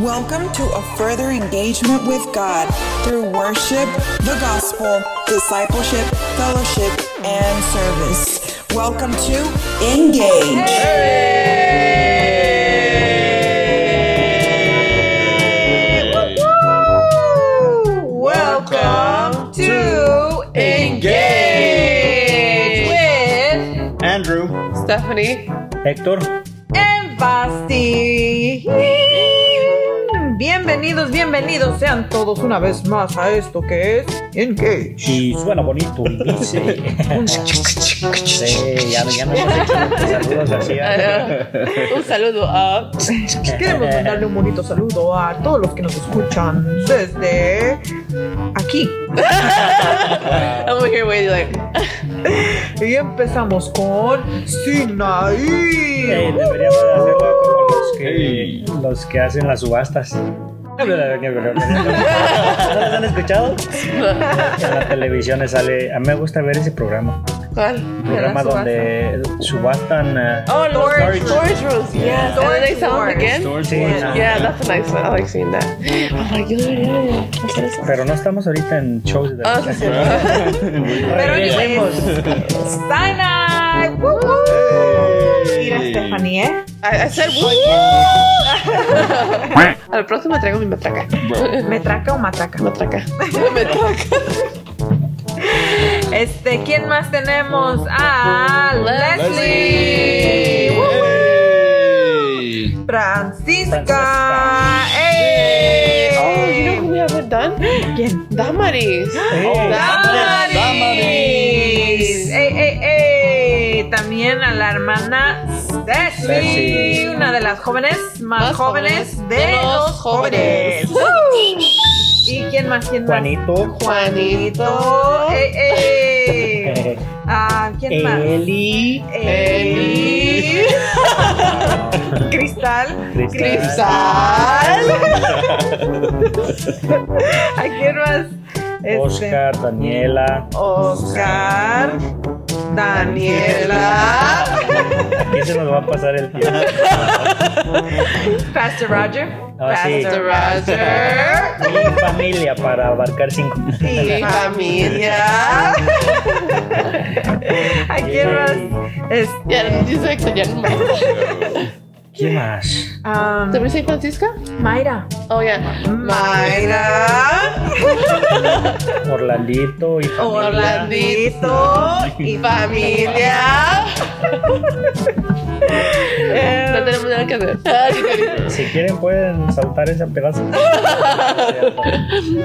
Welcome to a further engagement with God through worship, the gospel, discipleship, fellowship, and service. Welcome to Engage. Eh, Welcome to Engage with Andrew. Stephanie Héctor. and Basti. Bienvenidos, bienvenidos sean todos una vez más a esto que es Engage. Y suena bonito y dice. Sí, ya, ya nos has hecho saludos así. Un saludo a. Queremos mandarle un bonito saludo a todos los que nos escuchan desde aquí. I'm over here waiting like Y empezamos con Sinaí. Eh, deberíamos hacerlo como los que, los que hacen las subastas. ¿No los han escuchado? En la televisión les sale. A mí me gusta ver ese programa. ¿Cuál? Un programa donde subastan. eh, Oh, Lord. Storage, storage rules, yeah. And then they sell them again? sí, ah, Yeah, that's a nice one. I like seeing that. Oh I'm like, yo debería de hacer eso. Pero no estamos ahorita en shows de. Ah, sí, sí. Pero Regresemos. Sinai. Woo, woo. Eh, Mira, Stephanie, ¿eh? I, I said, Eh, woo! Al próximo traigo mi matraca. ¿Metraca o matraca? Matraca. Matraca. Este, ¿quién más tenemos? Ah, Leslie. Woo, woo. Francisca. ¡Eh! Francisca. ¡Ey! Oh, you know who we haven't done? ¿Quién? Damaris. Damaris. Damaris. Ey, ey, ey. eh. También a la hermana Ceci, Ceci. una de las jóvenes más, Más jóvenes, jóvenes de, de los, los jóvenes. jóvenes. ¡Woo! ¿Y quién más? ¿Quién más? Juanito. Juanito. Ey, ey. eh, Ah, ¿Quién más? Eli. Eli. Cristal. Cristal. ¿A quién más? Este, Oscar, Daniela. Oscar. Daniela. ¿Qué se nos va a pasar el tiempo? Pastor Roger. Ah, sí. Pastor Roger. Roger. Mi familia para abarcar cinco. Y familia. ¿A quién más? Es, Ya, dice que ya no me- ¿Quién más? um, ¿También soy Francisca? Mayra. Oh, yeah. Mayra. Orlandito y familia. Orlandito y familia. No Eh, tenemos nada que hacer. Si quieren pueden saltar ese pedazo.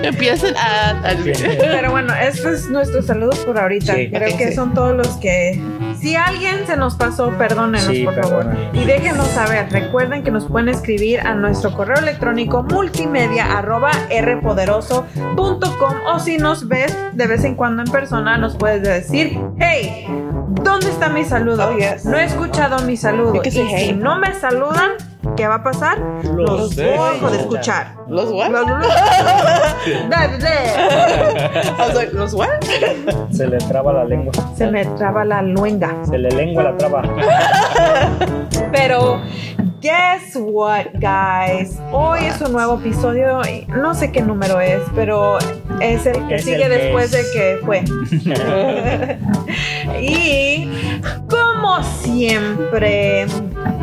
Empiecen a. a- Pero bueno, estos es nuestros saludos por ahorita. Sí. Creo Ok, que sí. son todos los que. Si alguien se nos pasó, perdónenos, Sí, por favor. perdónenos. Y déjenos saber. Recuerden que nos pueden escribir a nuestro correo electrónico multimedia arroba rpoderoso.com o si nos ves de vez en cuando en persona, nos puedes decir, hey, ¿dónde está mi saludo? Oh, yes. No he escuchado mi saludo. Hay Y que decir, si "Hey". no me saludan, ¿qué va a pasar? Los dejo de escuchar. ¿Los what? Los- Dale, dale. I was like, ¿los what? Se le traba la lengua. Se me traba la luenga. Se le lengua la traba. Pero, guess what, guys? Hoy es un nuevo episodio. y No sé qué número es, pero es el que Es sigue el que después es. de que fue. y, como siempre,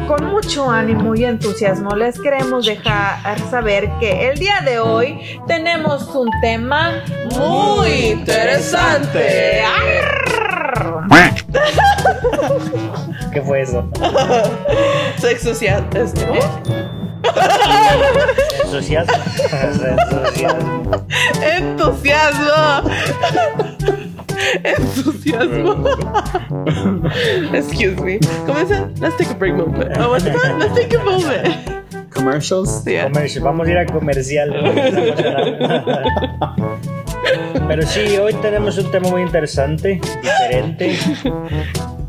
con mucho ánimo y entusiasmo, les queremos dejar saber que el día de hoy tenemos un tema Muy interesante. Arr. ¿Qué fue eso? Sexo social. Este, Entusiasmo. Entusiasmo. Entusiasmo. Entusiasmo. Excuse me. Comienza. Let's take a break moment. Oh, what the fuck? Let's take a moment. Commercials. Yeah. Comercio. Vamos a ir a comercial. Pero sí, hoy tenemos un tema muy interesante, diferente.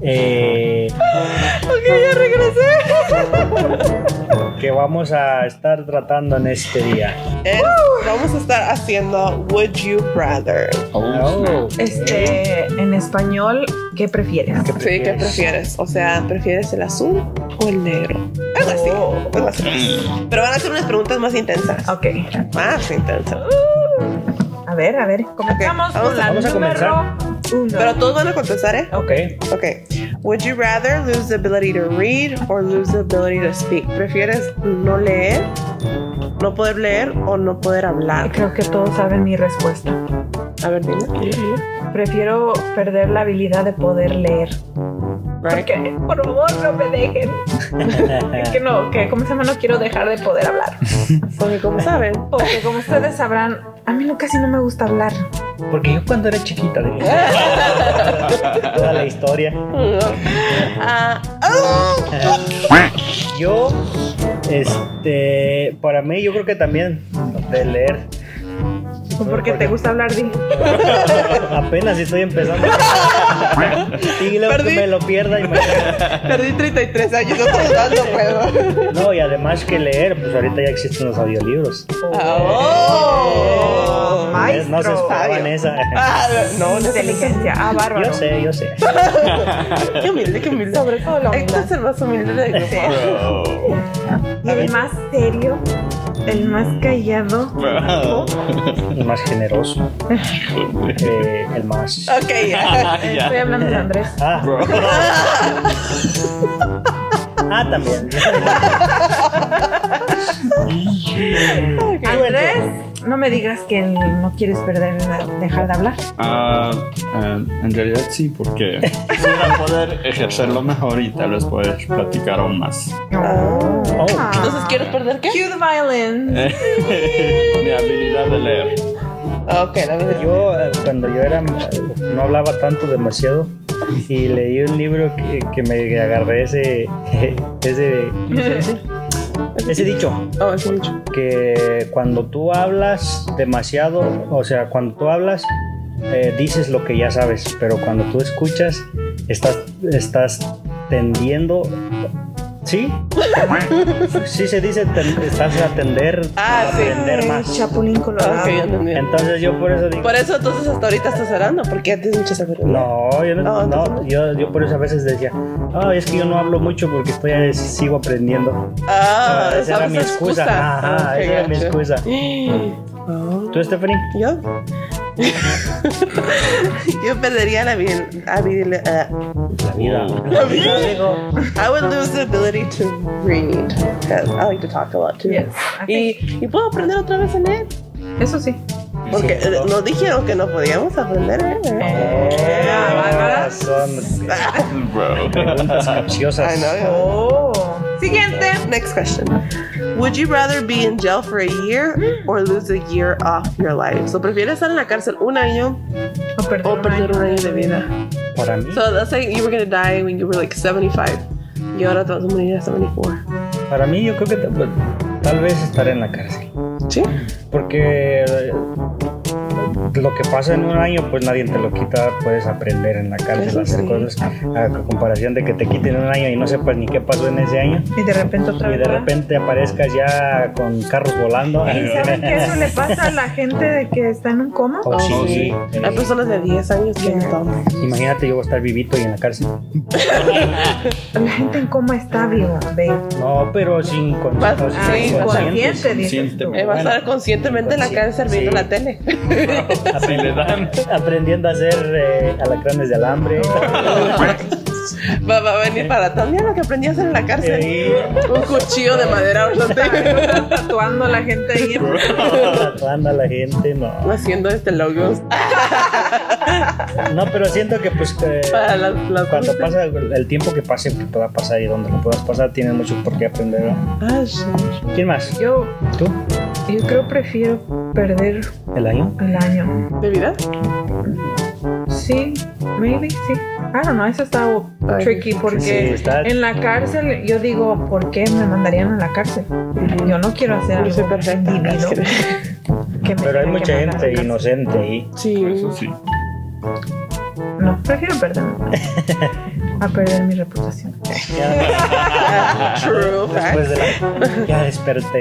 Eh, Ok, ya regresé. que vamos a estar tratando en este día. Es- Eh, Vamos a estar haciendo Would You Rather. Oh, Este, en español, ¿qué prefieres? ¿qué Sí, ¿qué prefieres? prefieres? O sea, ¿prefieres el azul o el negro. Algo así. algo así. Pero van a hacer unas preguntas más intensas. Ok. Uh, Más intensas. A ver, a ver. Comenzamos vamos con a- la vamos a número uno. Pero todos van a contestar, ¿eh? ok. Ok. Would you rather lose the ability to read or lose the ability to speak? ¿Prefieres no leer, no poder leer o no poder hablar? Creo que todos saben mi respuesta. A ver, dime. dime, dime. Prefiero perder la habilidad de poder leer. Right. Porque, por favor, no me dejen. Que no, que como se llama, no quiero dejar de poder hablar. Porque como saben, Porque como ustedes sabrán, a mí no casi no me gusta hablar. Porque yo cuando era chiquita de toda la historia. Ah, oh, Yo, este, para mí yo creo que también de leer. ¿O porque te gusta hablar de... Apenas estoy empezando. Y luego que Perdí. me lo pierda y me- perdí 33 años, no estoy dando juego. No, y además que leer, pues ahorita ya existen los audiolibros. Oh. Maestro. No se esperaban Sabio. esa. Ah, no, no Inteligencia. Ah, bárbaro. Yo sé, yo sé. Qué humilde, qué humilde. Sobre todo la Esto es humildad. el más humilde de grupo. Bro. Y El más serio, el más callado. Bro. El más generoso. eh, el más. Ok, ya. Ah, Estoy ya. hablando de Andrés. Ah, Bro. ah, también. Andrés, no me digas que no quieres perder, la- dejar de hablar. Ah, ah, en realidad sí, porque quisiera poder ejercerlo mejor y tal vez poder platicar aún más. Oh. Entonces, ¿quieres perder qué? Cute Eh. violin. Mi habilidad de leer. Ok, la verdad. Yo eh, cuando yo era eh, no hablaba tanto demasiado y leí un libro que, que me agarré ese ese ¿cómo se dice? ese dicho Oh, es mucho. que cuando tú hablas demasiado, o sea, cuando tú hablas eh, dices lo que ya sabes, pero cuando tú escuchas estás estás tendiendo ¿Sí? Sí se dice ten- estás a tender Ah, a sí. aprender más. Chapulín colorado. Ok, ya entendí. Entonces yo por eso digo Por eso, entonces, hasta ahorita estás orando, porque ya tienes mucha sabiduría. No, yo no, No, no, entonces yo, yo por eso a veces decía, ah, es que yo no hablo mucho porque estoy eh, sigo aprendiendo. Ah, Ah, esa era mi excusa. Ajá, Ah, ok, esa era mi gotcha. excusa. Oh. ¿Tú, Stephanie? ¿Yo? Yo perdería la vida. ah. La vida. La vida. I would lose the ability to read. 'cause I like to talk a lot too. Yes, I Y, y puedo aprender otra vez en él. Eso sí. Porque Sí, eh, no. nos dijeron que no podíamos aprender ¿eh? en él. Ah, Bárbara. Son Bro. preguntas capciosas. I know, yeah. Oh. Siguiente. Next question. Would you rather be in jail for a year or lose a year off your life? So, ¿prefieres estar en la cárcel un año O perder, o perder un año de vida? Para mí, So, that's like you were gonna die when you were like 75. Y ahora te vas a morir a 74. para mí yo creo que tal- tal vez estar en la cárcel. ¿Sí? Porque eh, lo que pasa en un año, pues nadie te lo quita, puedes aprender en la cárcel Eso a hacer sí. cosas. A comparación de que te quiten un año y no sepas ni qué pasó en ese año. Y de repente otra y vez. de va. repente aparezcas ya con carros volando. ¿Y saben que eso le pasa a la gente de que está en un coma? Oh, sí. Oh, sí. Sí. Hay personas de 10 años que no toman. Imagínate, yo voy a estar vivito y en la cárcel. La gente en coma está viva, babe. No, pero sin con- Vas- o sin- ah, sin inconsciente. consciente. Siente, dices Siente, tú. Eh, vas a estar conscientemente en la cárcel viendo Sí. la tele. bro. Si le dan. Aprendiendo a hacer eh, alacranes de alambre. Va, va a venir para atrás. Mira lo que aprendí a hacer en la cárcel. Eh, Un cuchillo de madera brillante. Tatuando a la gente ahí. tratando a la gente, no. Haciendo este logos No, pero siento que pues que para las, las cuando pasa el el tiempo que pase, que pueda pasar y donde lo puedas pasar, tienes mucho por qué aprender. ¿no? Ah, sí. ¿Quién más? Yo, ¿Tú? yo creo prefiero perder ¿El año? el año. ¿De vida? Sí, maybe, sí. I don't know, eso está Ay, tricky porque sí, está- en la cárcel yo digo, ¿por qué me mandarían a la cárcel? Yo no quiero hacer Yo soy algo perfecta. indebido que me Pero hay tenga mucha que mandar a la gente cárcel. inocente ahí. Sí. Eso sí. No, prefiero perder a perder mi reputación. Ya. True Después fact. de la... Ya desperté.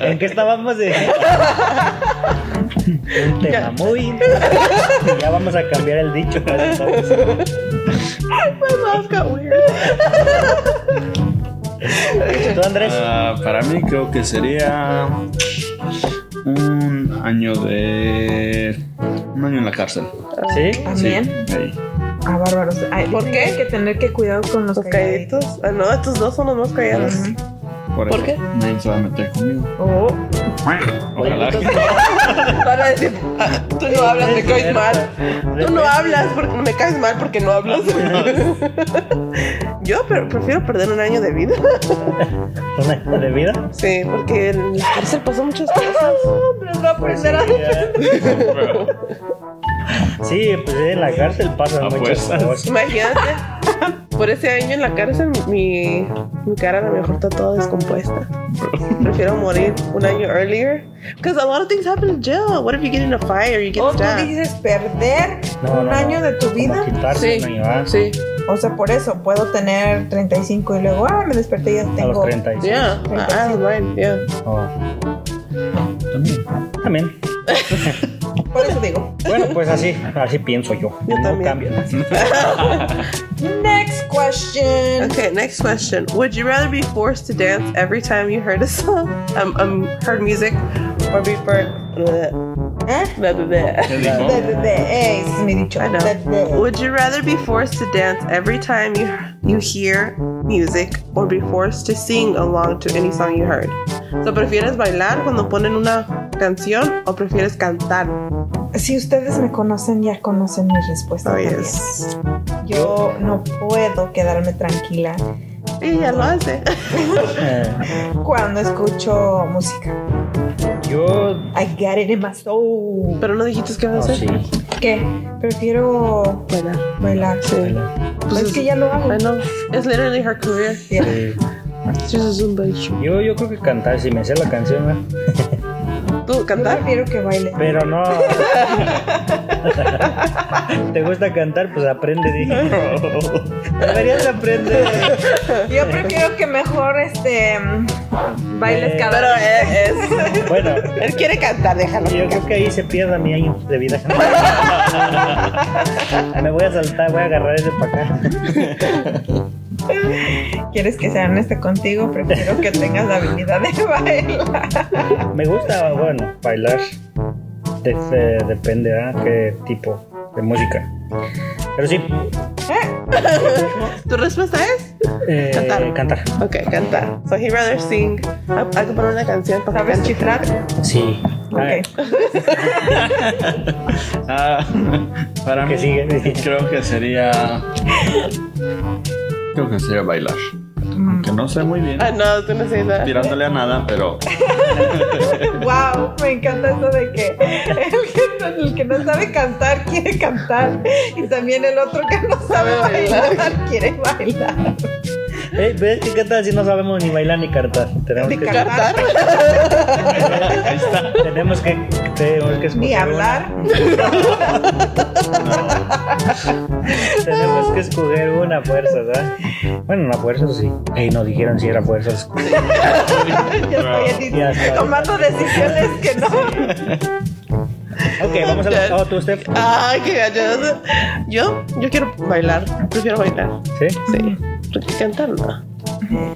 ¿En qué estábamos? Eh? Un tema muy interesante. Ya vamos a cambiar el dicho. para entonces. My mouth got weird. ¿Tú, Andrés? Ah, para mí creo que sería un año de un año en la cárcel. ¿Sí? También. Sí, ahí. Ah, bárbaros. Ay, ¿Por tienen qué? que tener que cuidado con los Los calladitos. Ah, no, estos dos son los más callados. Por, ¿Por eso qué? Nadie se va a meter conmigo. Oh, Ojalá. Oye, Van a decir, "Ah, tú no hablas, me caes mal. Tú no hablas, porque me caes mal porque no hablas. Yo pre- prefiero perder un año de vida. ¿Un año de vida? Sí, porque en la cárcel pasó muchas cosas. pero no aprender a... Sí, pues en la cárcel pasan Ah, muchas pues. cosas. Imagínate. Por ese año en la cárcel, mi, mi cara a lo mejor está toda descompuesta. Prefiero morir un año earlier. Because a lot of things happen in jail. What if you get in a fight or you get Oh, tú stabbed? dices perder No, un no, año de tu vida. Como quitarse un año, ¿ah? Sí. O sea, por eso puedo tener 35 y luego, ah, me desperté y ya A tengo. los 36. Yeah, I I don't mind. Yeah. Oh. También. Por eso digo. Bueno, pues así, así pienso yo. Yo no también. cambio. Next question. Okay, next question. Would you rather be forced to dance every time you heard a song, um, um heard music, or be for blah, ¿Eh? blah, blah, blah. ¿Qué dijo? De, de, de, eh, es mi dicho. I De, know. de. Would you rather be forced to dance every time you you hear music, or be forced to sing along to any song you heard? So, prefieres bailar cuando ponen una canción, o prefieres cantar? Si ustedes me conocen, ya conocen mi respuesta Oh también. yes. Yo no puedo quedarme tranquila Ella lo hace. Eh, cuando escucho música. yo. I got it in my soul. Pero no dijiste que no, vas a sí. hacer. ¿Qué? Prefiero Bailar. bailar. Sí. Pues es que ya lo hago. I know. It's literally her career. Sí. She's a Zumba instructor. Eh, Yo, yo creo que cantar, si me sé la canción, ¿verdad? ¿Tú Yo cantar? prefiero que baile. pero no. ¿Te gusta cantar? Pues aprende, dije. Deberías aprender. Yo prefiero que mejor este mm, bailes Eh, cada Pero es, es- Bueno, Él quiere cantar, déjalo. yo creo que ahí se pierda mi año de vida. Me voy a saltar, voy a agarrar ese para acá. ¿Quieres que sea honesta contigo? Prefiero que tengas la habilidad de bailar. Me gusta, bueno, bailar. De- eh, depende, ¿ah? ¿Qué tipo de música? Pero sí, ¿Tu respuesta es? eh, Cantar. cantar. Ok, cantar. So he rather sing. Ah, Hay que poner una canción para ¿Sabes chiflar? Sí. Ok. Ah, para Que mí sigue. creo que sería creo que sería bailar. Aunque no sé muy bien. Ah, no, tú no sabes nada. Tirándole a nada, pero Wow, me encanta eso de que el, que el que no sabe cantar quiere cantar y también el otro que no sabe bailar quiere bailar. Eh, ¿Ves que qué tal si no sabemos ni bailar ni cantar? Tenemos Ni que, cantar, tenemos que, tenemos que ni escoger hablar. una- tenemos que escoger una fuerza, ¿verdad? Bueno, una fuerza sí. Ey, no dijeron si era fuerzas. Yo estoy Ya así, está. tomando decisiones que no. Ok, vamos a la. Oh, tú, Steph. Ay, qué gallos. Yo, yo quiero bailar. Prefiero bailar. Sí. Sí. Porque cantar no.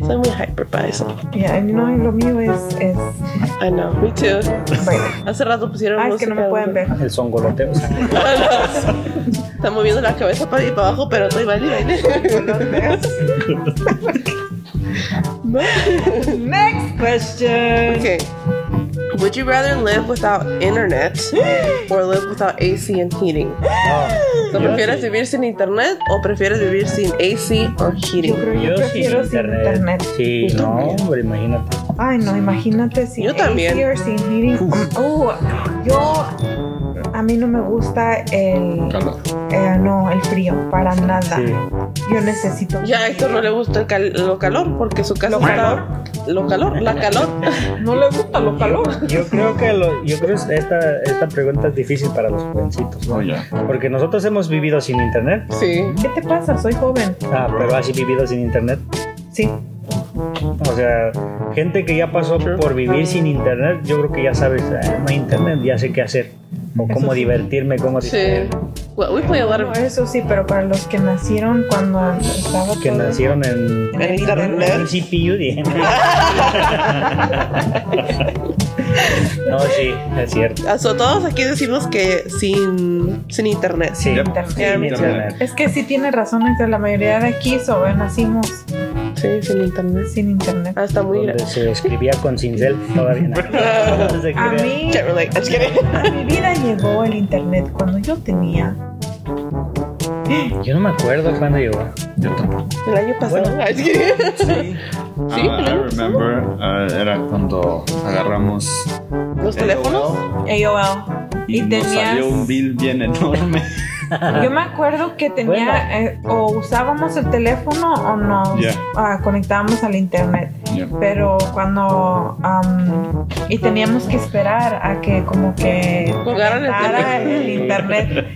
Soy muy hyper para eso. Ya, no, lo mío es, es I know. Me too. bailar. Hace rato pusieron Ah, es que no me música pueden de- ver. El songoloteo. o sea, Ah, no. Está moviendo la cabeza para ir para abajo, pero estoy bailando. Next question. Okay. Would you rather live without internet or live without AC and heating? no. So, Yo ¿Prefieres sí. vivir sin internet o prefieres vivir sin AC or Yo heating? creo que Yo sin prefiero sin internet. internet. Sí, Yo no, también. hombre, imagínate. Ay, no, imagínate sin Yo también. AC o sin heating. Oh, yo. A mí no me gusta el. calor. eh, no, el frío, para nada. Sí. Yo necesito. Ya a Héctor no le gusta el cal- lo calor porque su casa está... Lo calor, la calor. No le gusta lo calor. Yo creo que lo, yo creo que esta, esta pregunta es difícil para los jovencitos, ¿no? Oh, ya. Porque nosotros hemos vivido sin internet. Sí. ¿Qué te pasa? Soy joven. Ah, pero así vivido sin internet. Sí. O sea, gente que ya pasó por vivir sin internet, yo creo que ya sabes, "Ah, no hay internet, ya sé qué hacer. O Eso cómo sí. divertirme, cómo Sí. distraerme. Well, we play a lot Bueno, of. eso sí, pero para los que nacieron cuando estaba que todo- nacieron en, En internet. en CPU, dije. no, sí, es cierto. Ah, so, todos aquí decimos que sin, sin internet. Sí, Yep. sí, Internet. internet. Es que sí tiene razón, entre la mayoría de aquí sobre nacimos Sí, sin internet. sin internet. Ah, está muy Donde grande. se escribía con cincel todavía. no. Antes de que A era- mí, Can't relate. I'm just kidding. a mi vida llegó el internet cuando yo tenía. Yo no me acuerdo cuándo llegó. Yo tampoco. El año pasado. Bueno. I'm just kidding. Ah, I remember, ah, era cuando agarramos Los teléfonos. AOL. y, Y nos tenías- salió un bill bien enorme. Yo me acuerdo que tenía, eh, o usábamos el teléfono o nos Yeah. ah, conectábamos al internet. Yeah. Pero cuando. am, y teníamos que esperar a que, como que. Colgaran el Para el internet.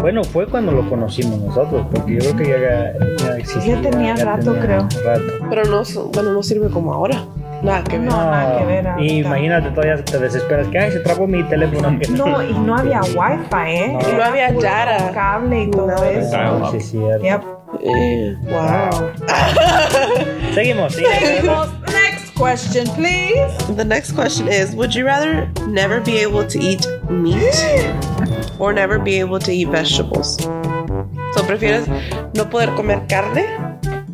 Bueno, fue cuando lo conocimos nosotros, porque yo creo que ya, ya existía. Ya tenía rato, creo. rato. Pero no, bueno, no sirve como ahora. Nada que ver. No, nada que ver ahorita. Y Ah, imagínate, todavía te desesperas que, ay, se trabó mi teléfono. No, y no había wifi, ¿eh? No. Y no Era había puro Yara. Cable y todo No. eso. Dial-up. Sí, es cierto. Yep. Eh, wow. Seguimos, sí. Seguimos. Next question, please. The next question is Would you rather never be able to eat meat or never be able to eat vegetables? So, ¿prefieres no poder comer carne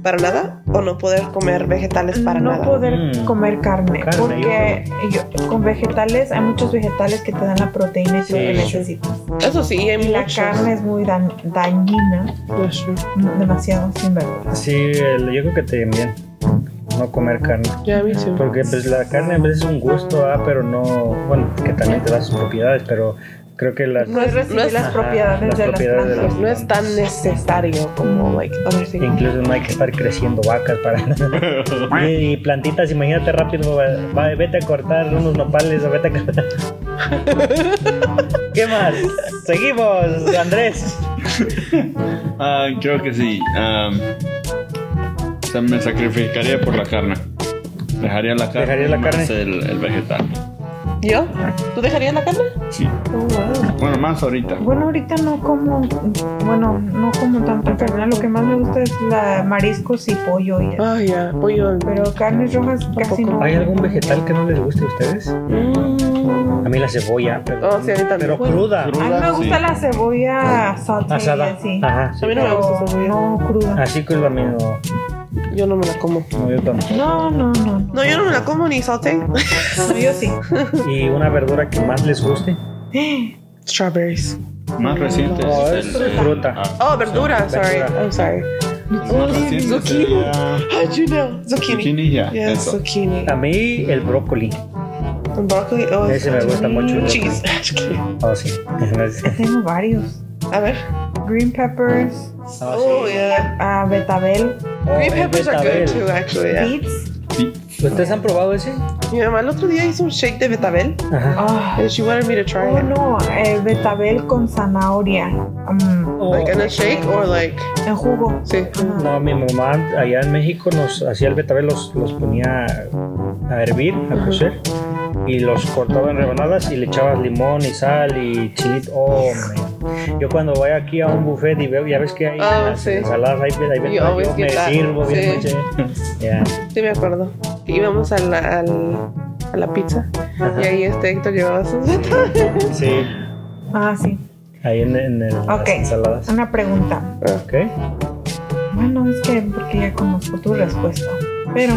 para nada o no poder comer vegetales para no nada? poder Mm. comer carne, Carne, porque yo- con vegetales hay muchos vegetales que te dan la proteína y todo lo que Sí. necesitas. Eso sí, hay Y la muchos. carne es muy dan- dañina, That's true. demasiado sin verdad. Sí, el- yo creo que te bien no comer carne. Yeah, me too. Porque pues la carne a veces es un gusto, ah, pero no, bueno, que también te da sus propiedades, pero creo que las... No es- Puedes recibir no es- las Ajá, propiedades las de propiedades de las plantas. No es tan necesario como, like, other things. Incluso no hay que estar creciendo vacas para... y, y plantitas, imagínate rápido, va- va- vete a cortar unos nopales o vete a cortar... ¿Qué más? Seguimos, Andrés. Ah, creo que sí. am, o sea, me sacrificaría por la carne. Dejaría la carne. Dejaría la más carne. El, el vegetal. ¿Yo? ¿Tú dejarías la carne? Sí. Oh, wow. Bueno, más ahorita. Bueno, ahorita no como, bueno, no como tanto carne. Lo que más me gusta es la mariscos y pollo y eso. Oh, yeah. Pollo. Pero carnes rojas casi Tampoco. no. ¿Hay algún vegetal que no les guste a ustedes? Mm. A mí la cebolla, pero, Oh, sí, a mí también. pero cruda, A mí me gusta Sí. la cebolla salsa asada. así. Ajá, sí. Ah, A mí no me Pero gusta esa cebolla. no cruda. Así que lo mío, Yo no me la como. no yo tampoco. Ah. No, no, no. No, No, yo no me la como ni saute. No, yo sí. ¿Y una verdura que más les guste? Strawberries. Más reciente. No, el- es fruta. ah, Oh, verdura. Sorry. Verdura. I'm sorry. el más reciente zucchini. sería How'd you know? Zucchini. Zucchini, ya. Yes, eso. zucchini. A mí el brócoli, And broccoli. Oh, ese me gusta mucho. cheese. Oh, sí. Gracias. Tengo varios. A ver. Green peppers, Oh, yeah. ah, betabel, Oh, Green el peppers are good betabel. too, actually. Yeah. beets. Sí. ¿Ustedes han probado ese? Mi mamá el otro día hizo un shake de betabel Ajá. Ah, and she wanted me to try Oh, it. no, eh, betabel con zanahoria. Mm, Oh, Like in a shake or like. en jugo. Sí. Ajá. No, mi mamá allá en México nos hacía el betabel, los, los ponía a hervir, a cocer, y los cortaba en rebanadas y le echabas limón y sal y chilito. Oh, man. Yo cuando voy aquí a un buffet y veo, ya ves que hay Ah, las sí. ensaladas, hay, hay betabel, always yo get me that. sirvo bien Sí. noche. Ya. Sí, me acuerdo. Que íbamos a la, al- a la pizza y ahí este Héctor llevaba sus betabel. Sí, Ah, sí. ahí en, en el, Ok. las ensaladas. Una pregunta. Ah. Ok. Bueno, es que porque ya conozco tu respuesta. Pero,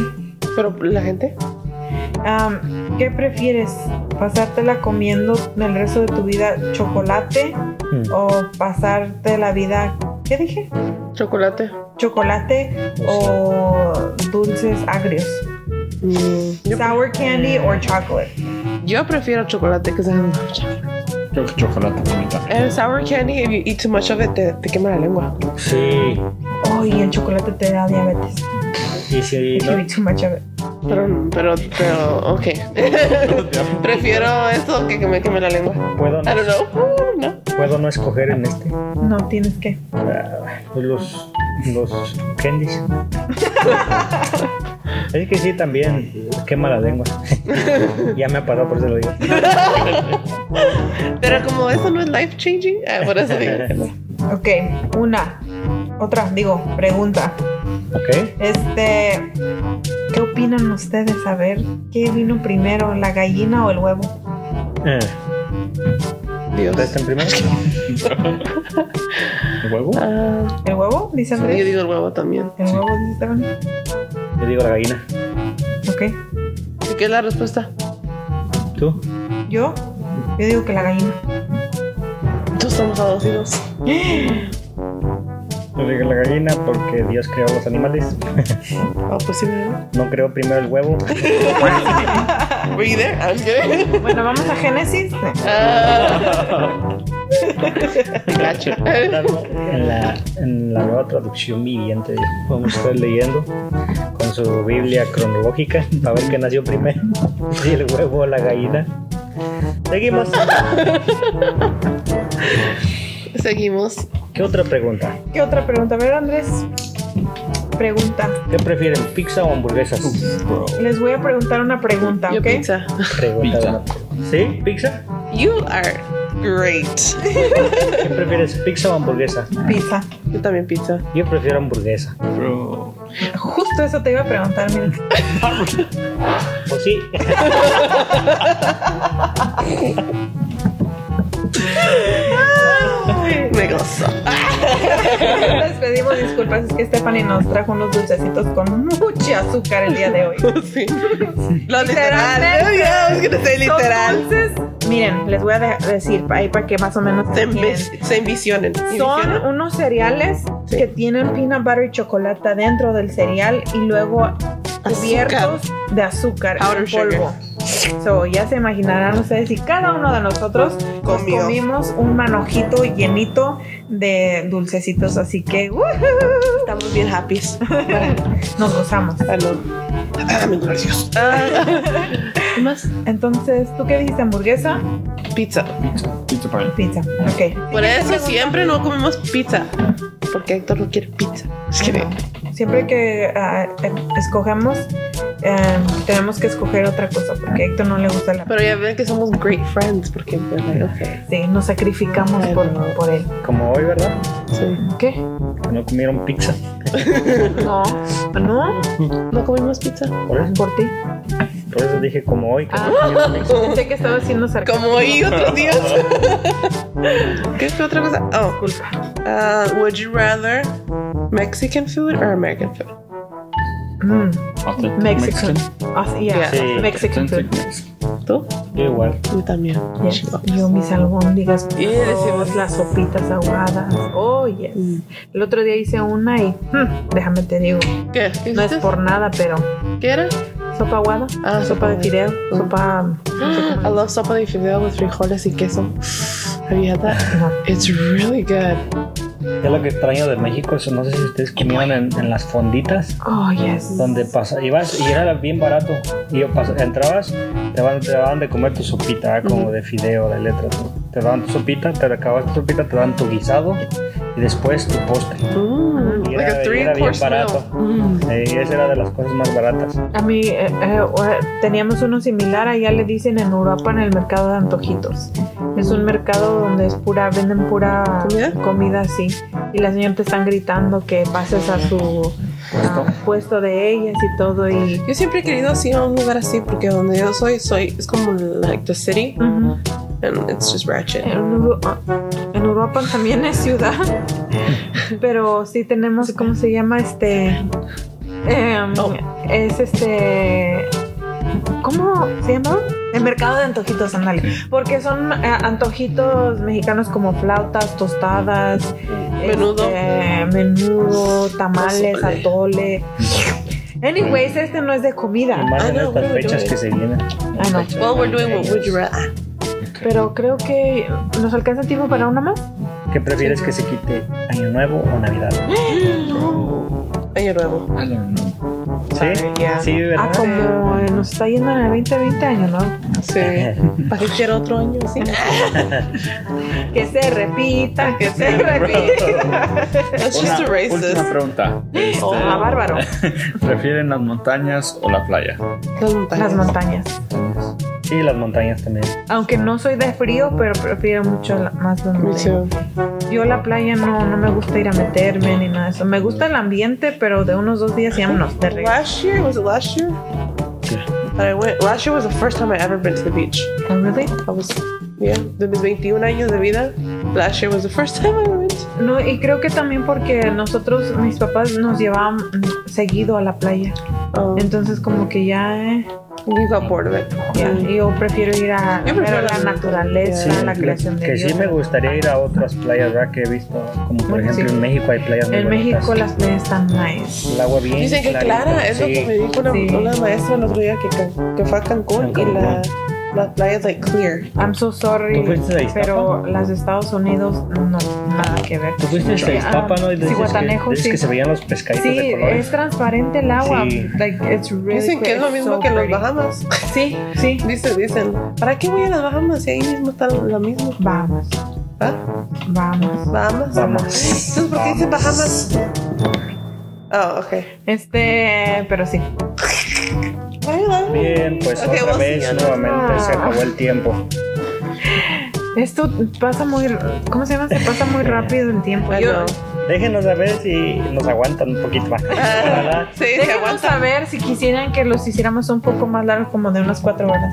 Pero la gente. am, ¿qué prefieres? ¿Pasártela comiendo el resto de tu vida chocolate Hmm. Mm. o pasarte la vida, ¿qué dije? Chocolate. Chocolate o dulces agrios. Mm. Yo, Sour candy or chocolate. yo prefiero chocolate because I love chocolate. Creo que chocolate también. Eh. And sour candy, if you eat too much of it, te, te quema la lengua. Sí, Oh, y el chocolate te da diabetes. y si If you no, eat too much of it. Pero, pero, pero, ok. Prefiero eso que que me queme la lengua. puedo, I no, don't know. Uh, No. puedo no escoger en este. No tienes que. Ah, pues los, los candies. Es que sí, también. Quema la lengua. ya me ha pasado, por eso lo digo. Pero como eso no es life changing, eh, por eso digo. que Ok, no. una. Otra, digo, pregunta. ¿Ok? Este. ¿Qué opinan ustedes? A ver, ¿qué vino primero, la gallina o el huevo? Ah. Eh, ¿Contestan primero? ¿Huevo? Ah, ¿El huevo? Dice yo Andrés. digo el huevo también. ¿El huevo dice Esteban? Yo digo la gallina. Ok. ¿Y qué es la respuesta? ¿Tú? ¿Yo? Yo digo que la gallina. Tú estamos adocidos. Yo digo la gallina porque Dios creó los animales. Ah, pues sí, ¿verdad? No creó primero el huevo. Were you there? I'm kidding. Bueno, vamos a Génesis. Ah. I got you. En la, en la nueva traducción viviente, vamos a estar leyendo con su Biblia cronológica para ver qué nació primero: si el huevo o la gallina. Seguimos. Seguimos. ¿Qué otra pregunta? ¿Qué otra pregunta? A ver, Andrés. Pregunta. ¿Qué prefieren, pizza o hamburguesas? Bro. Les voy a preguntar una pregunta, Yo ¿ok? pizza. Pregunta de una- ¿Sí? ¿Pizza? You are great. ¿Qué prefieres, pizza o hamburguesa? Pizza. Yo también pizza. Yo prefiero hamburguesa. Bro. Justo eso te iba a preguntar, mira. ¿O sí? Me gozo. Les pedimos disculpas, es que Stephanie nos trajo unos dulcecitos con mucho azúcar el día de hoy. Sí. Lo literal. Literalmente. Yeah, I was gonna say literal. Entonces, miren, les voy a de- decir ahí para que más o menos Se, entiendan. envi- se envisionen. Son Envisionen. unos cereales Sí. que tienen peanut butter y chocolate dentro del cereal y luego cubiertos de azúcar Powder en polvo. So, ya se imaginarán ustedes y cada uno de nosotros nos Comió. comimos un manojito llenito de dulcecitos, así que ¡woohoo! Estamos bien happy. nos gozamos. Ah, no. Ah, mi gracias. Ah. ¿Qué más? Entonces, ¿tú qué dijiste? ¿Hamburguesa? Pizza. Pizza pie. Pizza. Ok. Por eso siempre no comemos pizza. Porque Héctor no quiere pizza. Es que Ajá. Siempre que ah, eh, escogemos, eh, tenemos que escoger otra cosa porque a Héctor no le gusta la Pero ya ven que somos great friends. Porque, pues, like, okay. Sí, Este, nos sacrificamos por, por él. Como hoy, ¿verdad? Sí. ¿Qué? Que no comieron pizza. No. ¿No? No comimos pizza. Por eso, ¿Por ti? por eso dije como hoy. Que no Ah. comieron pizza. Sé que estaba siendo sarcasmo. Como hoy y otros días. ¿Qué fue otra cosa? Oh, Disculpa. uh, would you rather Mexican food or American food? Mm, Authentic Mexican. Ah, yeah, Sí. Mexican Authentic food. Mexican. ¿Tú? Yo igual. Yo también. Yo mis albóndigas con Y decimos- arroz, las sopitas aguadas. Oh, yes. Mm. El otro día hice una y mm, déjame te digo, ¿Qué? ¿Qué no es hiciste? por nada, pero ¿Qué era? sopa aguada, Ah, sopa de fideo, Mm. sopa I Ah, love sopa de fideo with frijoles y queso. Have you had that? No. It's really good. Es lo que extraño de México. eso no sé si ustedes comieron en, en las fonditas. Oh, yes. Donde pasa, ibas y era bien barato. Y yo pas- entrabas, te daban, te daban de comer tu sopita, ¿eh? como de fideo, de letra. ¿no? Te daban tu sopita, te acabas tu sopita, te dan tu guisado y después tu postre. Mm, Y like era- a y three era bien course meal. barato. Mm. Eh, y esa era de las cosas más baratas. A mí eh, eh, ahora teníamos uno similar, allá le dicen en Europa en el mercado de antojitos. Es un mercado donde es pura, venden pura ¿Comida? comida así. Y las señoras te están gritando que pases a su ah, puesto de ellas y todo. Y Yo siempre he querido así a un lugar así porque donde yo soy, soy es como like the city Ujú. and it's just ratchet. en, Uru- ah, en Europa también es ciudad, pero sí tenemos, ¿cómo se llama? Este... em, Oh. Es este... ¿Cómo se llama? El mercado de antojitos, ándale. Porque son eh, antojitos mexicanos como flautas, tostadas, Menudo. este, menudo, tamales, Pozole. atole. Anyways, este no es de comida. Y más Ah, en no, estas bueno, fechas yo- que se vienen. Ah, no. Fechas Well, we're doing what navideñas. would you ah, rather. Pero creo que nos alcanza tiempo para una más. ¿Qué prefieres que se quite? ¿Año Nuevo o Navidad? Año nuevo. I don't know. Sí, time, yeah. sí, Ah, ¿verdad? como eh, nos está yendo en el 2020 año, ¿no? Sí. Para que quiera otro año, sí. Que se repita, que se repita. That's just a última racist. pregunta. Este, Oh, ah, bárbaro. ¿Prefieren las montañas o la playa? Las montañas. Las montañas. Ah. Sí, las montañas también. Aunque no soy de frío, pero prefiero mucho la- más las Me montañas. too. Yo la playa no, no me gusta ir a meterme ni nada de eso. Me gusta el ambiente, pero de unos dos días y vámonos de regreso. Last year, was it last year? That I went. Last year was the first time I ever been to the beach. Oh, really? I was, yeah, de mis 21 años de vida, last year was the first time I went. No, y creo que también porque nosotros, mis papás, nos llevaban mm, seguido a la playa. Um, Entonces como que ya, eh, you got bored of it. ya, yo prefiero ir a Yo ver prefiero la la- naturaleza, Sí, Ah, la creación de que Dios. sí me gustaría ir a otras playas, ¿verdad? Que he visto, como por Bueno, ejemplo sí. en México hay playas muy En bonitas. México las playas están nice. El agua bien Dicen que Clara, es lo que me dijo una, Sí. una maestra el otro día que, can- que fue a Cancún y la, la playa es like clear. I'm so sorry, ¿Tú fuiste a Iztapa? pero las de Estados Unidos no, nada que ver. Tú fuiste a Iztapa, Ah, ¿no? Y dices Zihuatanejo, que, dices sí. que se veían los pescaditos de Sí, colores. es transparente el agua. Sí. Like, it's really Dicen que pretty, es lo mismo so que en los pretty. Bahamas. Sí, sí. Dicen, dicen, ¿para qué voy a las Bahamas si ahí mismo está lo mismo? Vamos, ¿Ah? vamos. Bahamas. Bahamas. Entonces, ¿por qué dicen Bahamas? Oh, ok. Este, pero sí. Bien, pues Ok, otra vos Ah. vez síganos. nuevamente se acabó el tiempo. Esto pasa muy, ¿cómo se llama? Se pasa muy rápido el tiempo. I Yo, know. Déjenos a ver si nos aguantan un poquito más. Ah. ¿Verdad? Sí, se déjenos aguanta. saber si quisieran que los hiciéramos un poco más largos, como de unas cuatro horas.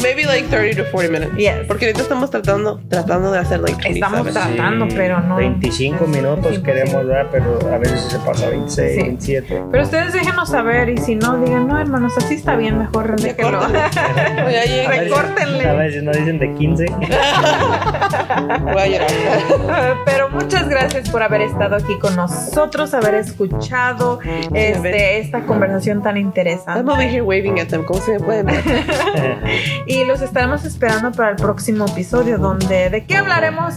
Maybe like 30 to 40 minutes. Yes. Porque ahorita estamos tratando, tratando de hacer like 27. Estamos Pues, tratando, Sí, pero no. 25 es- minutos es queremos imposible. dar, pero a veces se pasa 26, Sí. 27. Pero ustedes déjenos saber y si no, digan, no, hermanos, así está bien, mejor déjenlo. Voy a A ver llegar. si- Recórtenle. A ver si nos dicen de 15. Voy a llorar. Pero muchas gracias por haber estado aquí con nosotros, haber escuchado este, esta conversación tan I'm interesante. over here waving at them. ¿Cómo se me pueden ver? Y los estaremos esperando para el próximo episodio donde de qué hablaremos,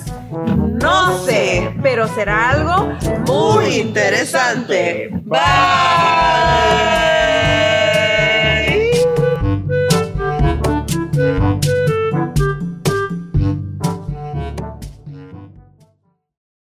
no sé, pero será algo Muy interesante. Bye.